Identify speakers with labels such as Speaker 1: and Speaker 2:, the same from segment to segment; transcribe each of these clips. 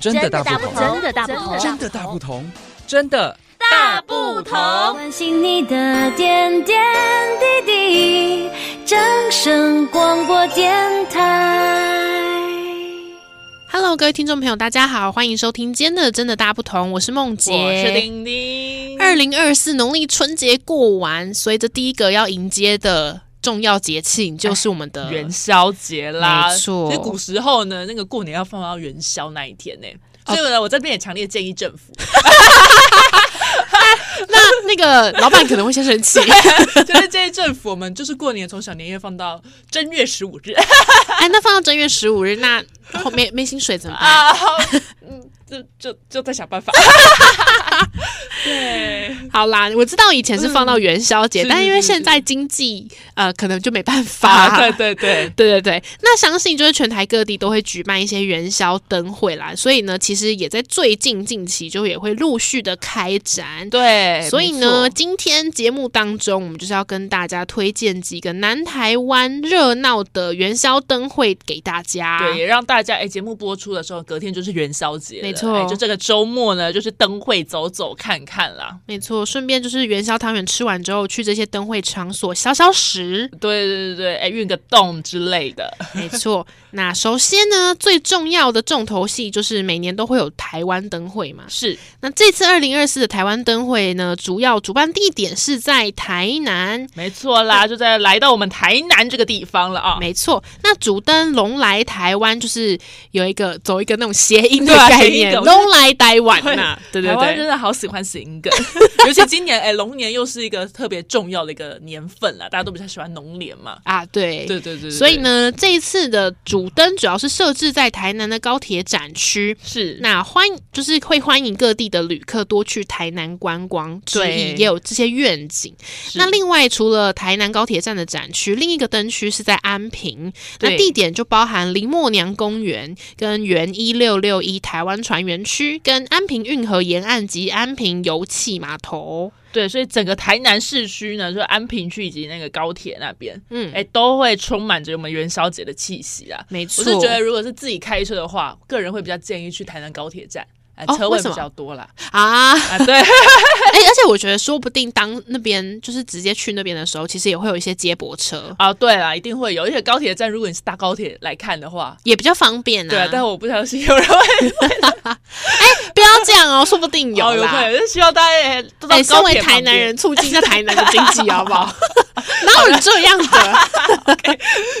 Speaker 1: 真的大
Speaker 2: 大
Speaker 1: 不同，
Speaker 2: 真的大不
Speaker 3: 真
Speaker 2: 同，
Speaker 1: 真的大不同，真的
Speaker 2: 大不同。
Speaker 3: 关心你的点点滴滴，掌声广播电台。
Speaker 4: Hello，各位听众朋友，大家好，欢迎收听今天的《真的大不同》，我是梦洁，
Speaker 2: 我是丁丁，
Speaker 4: 二零二四农历春节过完，随着第一个要迎接的重要节庆，就是我们的
Speaker 2: 哎元宵节啦，
Speaker 4: 哎没错
Speaker 2: 那古时候呢，那个过年要放到元宵那一天呢、
Speaker 4: 哦
Speaker 2: 所以呢，我这边也强烈建议政府，
Speaker 4: 那那个老板可能会先生气。
Speaker 2: 就是建议政府，我们就是过年从小年夜放到正月十五 日
Speaker 4: 哎，那放到正月十五日，那后没没薪水怎么办？
Speaker 2: 啊，嗯，就就就再想办法。对，
Speaker 4: 好啦，我知道以前是放到元宵节，
Speaker 2: 嗯
Speaker 4: 但因为
Speaker 2: 是是
Speaker 4: 现在经济呃，可能就没办法。
Speaker 2: 啊，对对对，
Speaker 4: 对对对，那相信就是全台各地都会举办一些元宵灯会啦，所以呢，其实也在最近近期就也会陆续的开展。
Speaker 2: 对
Speaker 4: 所以呢，
Speaker 2: 没错
Speaker 4: 今天节目当中，我们就是要跟大家推荐几个南台湾热闹的元宵灯会给大家。
Speaker 2: 对，也让大家哎，节目播出的时候，隔天就是元宵节了，
Speaker 4: 没错
Speaker 2: 哎就这个周末呢，就是灯会走走看看啦。
Speaker 4: 没错，顺便就是元宵汤圆吃完之后，去这些灯会场所消消 食。
Speaker 2: 对对对对，哎，运个动之类的，
Speaker 4: 没错，那首先呢，最重要的重头戏就是每年都会有台湾灯会嘛。
Speaker 2: 是
Speaker 4: 那这次二零二四的台湾灯会呢，主要主办地点是在台南。
Speaker 2: 没错啦，就在来到我们台南这个地方了啊。
Speaker 4: 没错，那主灯龙来台湾就是有一个走一个那种谐音 的
Speaker 2: 对啊
Speaker 4: 概
Speaker 2: 谐音
Speaker 4: 念，
Speaker 2: 梗
Speaker 4: 龙来台湾呐，对对
Speaker 2: 台湾真
Speaker 4: 对，
Speaker 2: 的好喜欢谐音 梗，尤其今年哎，龙年又是一个特别重要的一个年份啦，大家都比较喜欢龙年嘛。
Speaker 4: 啊对。
Speaker 2: 对对对对，
Speaker 4: 所以呢，这一次的主灯主要是设置在台南的高铁展区，
Speaker 2: 对是
Speaker 4: 那欢就是会欢迎各地的旅客多去台南观光，之
Speaker 2: 对
Speaker 4: 意也有这些愿景。那另外，除了台南高铁站的展区，另一个灯区是在安平，那
Speaker 2: 对
Speaker 4: 地点就包含林默娘公园、跟原一六六一台湾船园区、跟安平运河沿岸及安平油气码头。
Speaker 2: 对，所以整个台南市区呢，就是安平区以及那个高铁那边，
Speaker 4: 嗯，
Speaker 2: 哎，都会充满着我们元宵节的气息啊。
Speaker 4: 没错，
Speaker 2: 我是觉得，如果是自己开车的话，个人会比较建议去台南高铁站，哎，
Speaker 4: 哦
Speaker 2: 车位
Speaker 4: 为什
Speaker 2: 比
Speaker 4: 么
Speaker 2: 较多啦。
Speaker 4: 啊，哎、
Speaker 2: 啊，对，
Speaker 4: 而且我觉得说不定当那边就是直接去那边的时候，其实也会有一些接驳车，
Speaker 2: 啊，对啦，一定会有，而且高铁站，如果你是搭高铁来看的话，
Speaker 4: 也比较方便啊。
Speaker 2: 对啊，但我不相信有人 会
Speaker 4: 不要这样哦，说不定有
Speaker 2: 哦有
Speaker 4: 啦。
Speaker 2: 会，就是希望大家哎都到
Speaker 4: 哎、身
Speaker 2: 高
Speaker 4: 为
Speaker 2: 铁
Speaker 4: 台
Speaker 2: 旁
Speaker 4: 南人，
Speaker 2: 边，
Speaker 4: 促进一下台南的经济，好不 好？哪有这样的？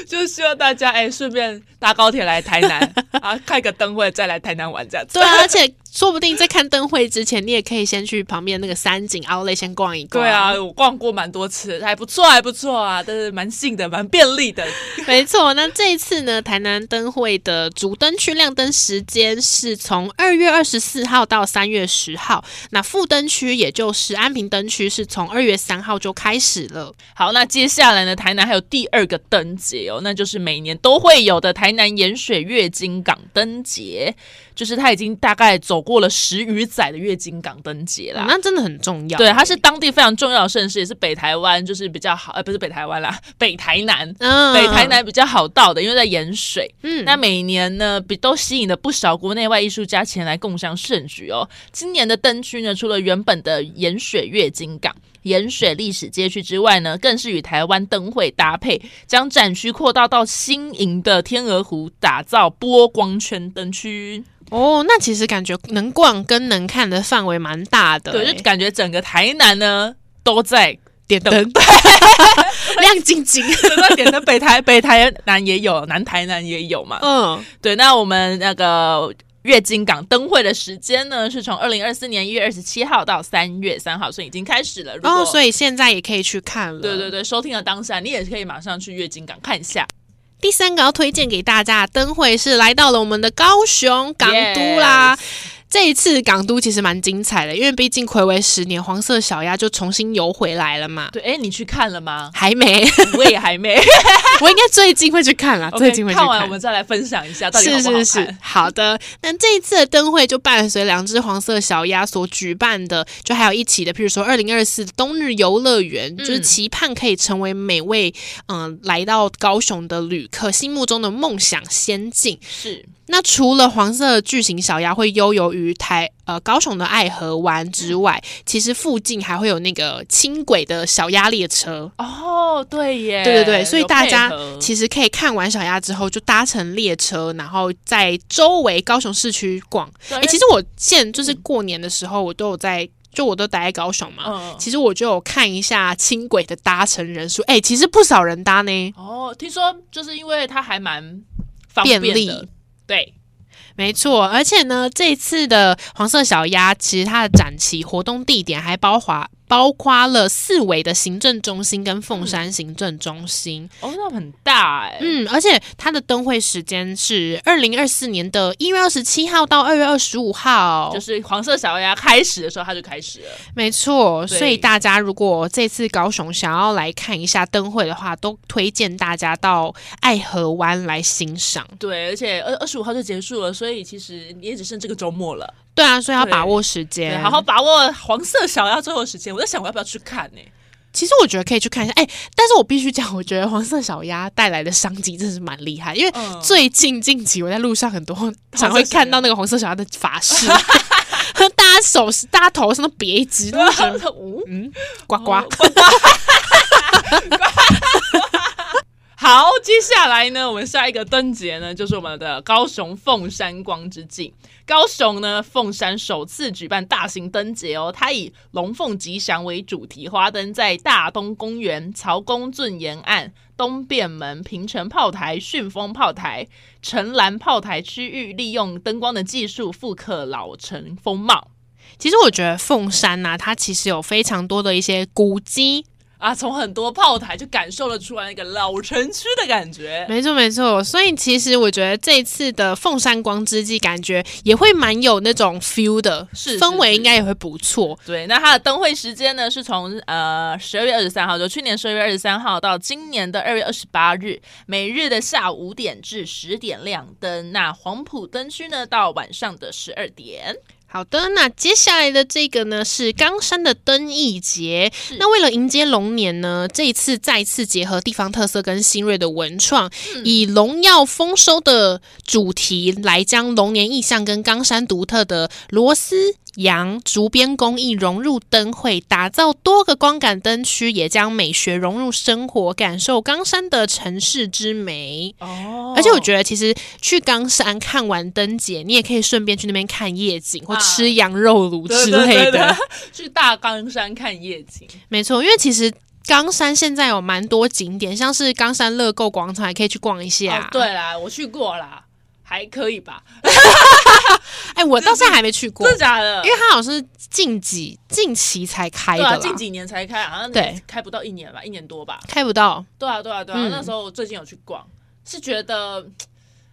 Speaker 2: 就是希望大家哎顺便搭高铁来台南 啊，看个灯会再来台南玩这样 子。
Speaker 4: 对啊，而且说不定在看灯会之前，你也可以先去旁边那个三井 Outlet 先逛一逛。
Speaker 2: 对啊，，我逛过蛮多次，还不错，还不错啊，但是蛮近的，蛮便利的。
Speaker 4: 没错。那这一次呢，台南灯会的主灯区亮灯时间是从二月二十四号到三月十号，那副灯区也就是安平灯区是从二月三号就开始了。
Speaker 2: 好，那接下来呢，台南还有第二个灯节哦，那就是每年都会有的台南盐水月经港灯节，就是它已经大概走过了十余载的月经港灯节啦。
Speaker 4: 那真的很重要。
Speaker 2: 啊对，它是当地非常重要的盛事，也是北台湾就是比较好，呃，不是北台湾啦，北台南，
Speaker 4: 嗯
Speaker 2: 北台，南比较好到的，因为在盐水。
Speaker 4: 嗯，
Speaker 2: 那每年呢，比都吸引了不少国内外艺术家前来共襄盛举哦。今年的灯区呢，除了原本的盐水月经港、盐水历史街区之外呢，更是与台湾灯会搭配，将展区扩大到新营的天鹅湖，打造波光圈灯区。
Speaker 4: 哦，那其实感觉能逛跟能看的范围蛮大的欸、
Speaker 2: 对，就感觉整个台南呢都在。
Speaker 4: 点灯， 亮晶 晶。
Speaker 2: 整个点灯，北台北台南也有，南台南也有嘛。
Speaker 4: 嗯，
Speaker 2: 对，那我们那个月经港灯会的时间呢，是从二零二四年一月二十七号到三月三号，所以已经开始了。如
Speaker 4: 然
Speaker 2: 果、
Speaker 4: 哦后所以嗯现在也可以去看了。
Speaker 2: 对对。对，收听的当下，你也可以马上去月经港看一下。
Speaker 4: 第三个要推荐给大家的灯会是来到了我们的高雄港都啦。这一次港都其实蛮精彩的，因为毕竟暌违十年，黄色小鸭就重新游回来了嘛。？
Speaker 2: 对，哎，你去看了 吗
Speaker 4: 还没，
Speaker 2: 我也还没。
Speaker 4: 我应该最近会去看啦，最
Speaker 2: OK，
Speaker 4: 近会去
Speaker 2: 看完我们再来分享一下到底好
Speaker 4: 是
Speaker 2: 不好看。
Speaker 4: 是 是，好的。那这一次的灯会就伴随两只黄色小鸭所举办的，就还有一起的，譬如说二零二四冬日游乐园，就是期盼可以成为每位嗯、呃来到高雄的旅客心目中的梦想仙境。
Speaker 2: 是
Speaker 4: 那除了黄色巨型小鸭会悠游于台呃高雄的爱河湾
Speaker 2: 嗯
Speaker 4: 之外，其实附近还会有那个轻轨的小鸭列车。
Speaker 2: 哦，对耶，
Speaker 4: 对对对，所以
Speaker 2: 有
Speaker 4: 大
Speaker 2: 配
Speaker 4: 家
Speaker 2: 合
Speaker 4: 其实可以看完小鸭之后，就搭乘列车，然后在周围高雄市区逛。
Speaker 2: 对
Speaker 4: 哎、
Speaker 2: 因为
Speaker 4: 其实我现就是过年的时候，我都有在，就我都待在高雄嘛。
Speaker 2: 嗯
Speaker 4: 其实我就有看一下轻轨的搭乘人数，哎、其实不少人搭呢。
Speaker 2: 哦，听说就是因为它还蛮方
Speaker 4: 便
Speaker 2: 便
Speaker 4: 利
Speaker 2: 的，对，
Speaker 4: 没错，而且呢，这次的黄色小鸭其实它的展期活动地点还包括包括了四维的行政中心跟
Speaker 2: 嗯
Speaker 4: 凤山行政中心。
Speaker 2: 哦，那很大哎，
Speaker 4: 嗯，而且它的灯会时间是二零二四年的一月二十七号到二月二十五号，
Speaker 2: 就是黄色小鸭开始的时候它就开始了，
Speaker 4: 没错。
Speaker 2: 对
Speaker 4: 所以大家如果这次高雄想要来看一下灯会的话，都推荐大家到爱河湾来欣赏。
Speaker 2: 对，而且二二十五号就结束了，所以其实也只剩这个周末了，
Speaker 4: 对啊，所以要
Speaker 2: 对
Speaker 4: 把握时
Speaker 2: 对，
Speaker 4: 间，
Speaker 2: 好好。把握黄色小鸭最后的时间。我在想我要不要去看呢、
Speaker 4: 其实我觉得可以去看一下，哎、但是我必须讲，我觉得黄色小鸭带来的商机真是蛮厉害，因为
Speaker 2: 嗯
Speaker 4: 最近近期我在路上很多常会看到那个黄色小鸭的法 式，大家手大家头上都别一只，
Speaker 2: 然后说呜
Speaker 4: 嗯，呱呱。
Speaker 2: 啊哦呱呱好，接下来呢，我们下一个灯节呢，就是我们的高雄凤山光之境。高雄呢，凤山首次举办大型灯节哦，它以龙凤吉祥为主题，花灯在大东公园、曹公圳沿岸、东便门、平城炮台、顺风炮台、城南炮台区域，利用灯光的技术复刻老城风貌
Speaker 4: 其实我觉得凤山呐、它其实有非常多的一些古迹，
Speaker 2: 啊，从很多炮台就感受了出来那个老城区的感觉。
Speaker 4: 没错没错。所以其实我觉得这一次的凤山光之祭，感觉也会蛮有那种 feel 的，
Speaker 2: 是是
Speaker 4: 氛围
Speaker 2: 是
Speaker 4: 应该也会不错。
Speaker 2: 对，那它的灯会时间呢是从呃十二月二十三号，就去年十二月二十三号到今年的二月二十八日，每日的下午五点至十点亮灯。那黄埔灯区呢到晚上的十二点。
Speaker 4: 好的，那接下来的这个呢是冈山的灯艺节。那为了迎接龙年呢，这一次再次结合地方特色跟新锐的文创，以龙耀丰收的主题来将龙年意象跟冈山独特的螺丝。羊竹编工艺融入灯会，打造多个光感灯区，也将美学融入生活，感受冈山的城市之美。
Speaker 2: 哦
Speaker 4: 而且我觉得，其实去冈山看完灯节，你也可以顺便去那边看夜景或
Speaker 2: 啊
Speaker 4: 吃羊肉炉之类的。
Speaker 2: 对对对对 去大冈山看夜景，
Speaker 4: 没错，因为其实冈山现在有蛮多景点，像是冈山乐购广场，也可以去逛一下。
Speaker 2: 哦，，对啦，我去过啦，还可以吧？
Speaker 4: 哎、我到现在还没去过
Speaker 2: 真，的假的？
Speaker 4: 因为它好像是近几近期才开的
Speaker 2: 对
Speaker 4: 啦，
Speaker 2: 啊，近几年才开，好像
Speaker 4: 对
Speaker 2: 开不到一年吧，一年多吧。
Speaker 4: 开不到。
Speaker 2: 对啊，对啊，对啊，
Speaker 4: 嗯
Speaker 2: 那时候我最近有去逛，是觉得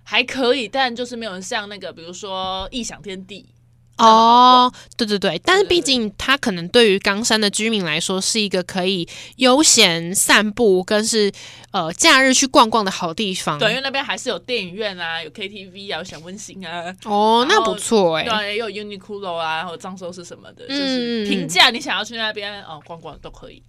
Speaker 2: 还可以，但就是没有像那个，比如说异想天地那么好
Speaker 4: 哦，对对对，但是
Speaker 2: 嗯对对
Speaker 4: 毕
Speaker 2: 对
Speaker 4: 竟它可能对于冈山的居民来说是一个可以悠闲散步，跟是呃假日去逛逛的好地方。
Speaker 2: 逛，对，因为那边还是有电影院啊，有 KTV 啊，有小温馨啊，
Speaker 4: 哦，
Speaker 2: 然
Speaker 4: 那
Speaker 2: 后
Speaker 4: 不错哎、
Speaker 2: 对啊，也有 Uniqlo 啊，然后藏寿司什么的，就是
Speaker 4: 嗯
Speaker 2: 平价，你想要去那边哦逛逛都可以。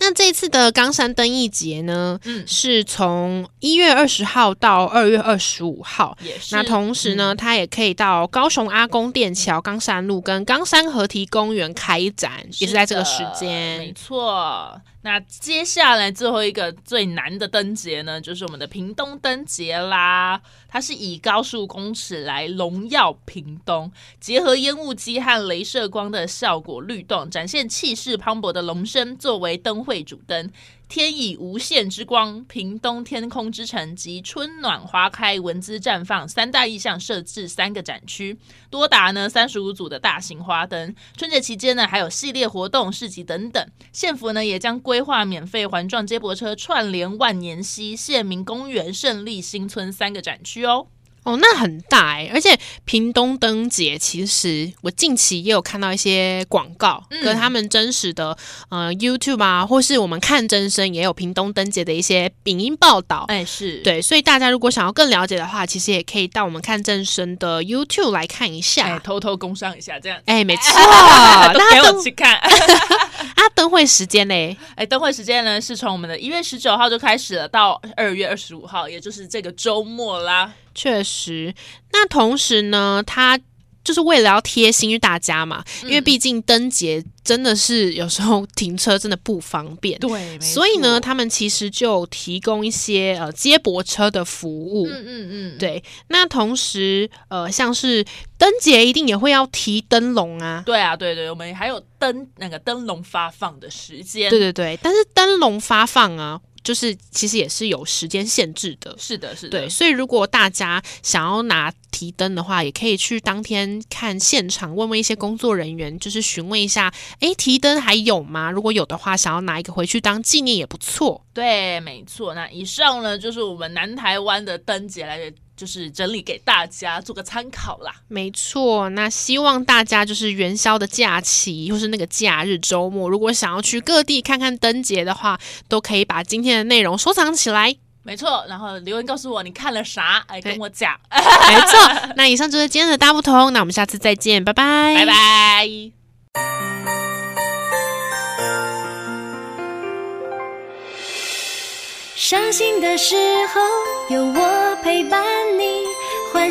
Speaker 4: 那这次的冈山灯艺节呢，
Speaker 2: 嗯，
Speaker 4: 是从一月二十号到二月二十五号。
Speaker 2: 也是。嗯
Speaker 4: 那同时呢，它也可以到高雄阿公殿桥、冈山路跟冈山河堤公园开展，也是在这个时
Speaker 2: 是的没
Speaker 4: 间。
Speaker 2: 错。那接下来最后一个最难的灯节呢，就是我们的屏东灯节啦。它是以高数公尺来荣耀屏东，结合烟雾机和镭射光的效果律动，展现气势磅礴的龙身作为灯会主灯。天以无限之光，屏东天空之城及春暖花开、文姿绽放三大意象设置三个展区，多达呢三十五组的大型花灯。春节期间呢，还有系列活动、市集等等。县府呢也将规划免费环状接驳车串联万年溪、县民公园、胜利新村三个展区哦。
Speaker 4: 哦，那很大哎、而且屏东灯节，其实我近期也有看到一些广告，
Speaker 2: 嗯
Speaker 4: 跟他们真实的呃 YouTube 啊，或是我们看真身也有屏东灯节的一些影音报道。
Speaker 2: 哎，是，
Speaker 4: 对，所以大家如果想要更了解的话，其实也可以到我们看真身的 YouTube 来看一
Speaker 2: 哎，
Speaker 4: 下。
Speaker 2: 偷偷工商一下这样。
Speaker 4: 哎、 没错，
Speaker 2: 都
Speaker 4: 那
Speaker 2: 给
Speaker 4: 它
Speaker 2: 我
Speaker 4: 灯
Speaker 2: 去看。
Speaker 4: 啊灯会时间嘞，
Speaker 2: 哎，灯会时间呢是从我们的一月十九号就开始了，到二月二十五号，也就是这个周末啦。
Speaker 4: 确实。那同时呢，它就是为了要贴心于大家嘛，因为
Speaker 2: 嗯
Speaker 4: 毕竟灯节真的是有时候停车真的不方便。
Speaker 2: 对
Speaker 4: 所以呢，他们其实就提供一些呃接驳车的服务。
Speaker 2: 嗯嗯嗯，
Speaker 4: 对，那同时呃，像是灯节一定也会要提灯笼啊。
Speaker 2: 对啊，对对，我们还有灯那个灯笼发放的时间。
Speaker 4: 对对对，但是灯笼发放啊，就是其实也是有时间限制的。
Speaker 2: 是的，是的，
Speaker 4: 对，所以如果大家想要拿提灯的话，也可以去当天看现场，问问一些工作人员，就是询问一下，诶，提灯还有吗？如果有的话，想要拿一个回去当纪念也不错。
Speaker 2: 对，没错。那以上呢，就是我们南台湾的灯节来，就是整理给大家做个参考啦。
Speaker 4: 没错，那希望大家就是元宵的假期或是那个假日周末，如果想要去各地看看灯节的话，都可以把今天的内容收藏起来。
Speaker 2: 没错，然后留言告诉我你看了啥，哎，
Speaker 4: 对
Speaker 2: 跟我讲，
Speaker 4: 没错，那以上就是今天的大不同，那我们下次再见，拜拜，
Speaker 2: 拜拜。
Speaker 3: 伤心的时候有我陪伴你，欢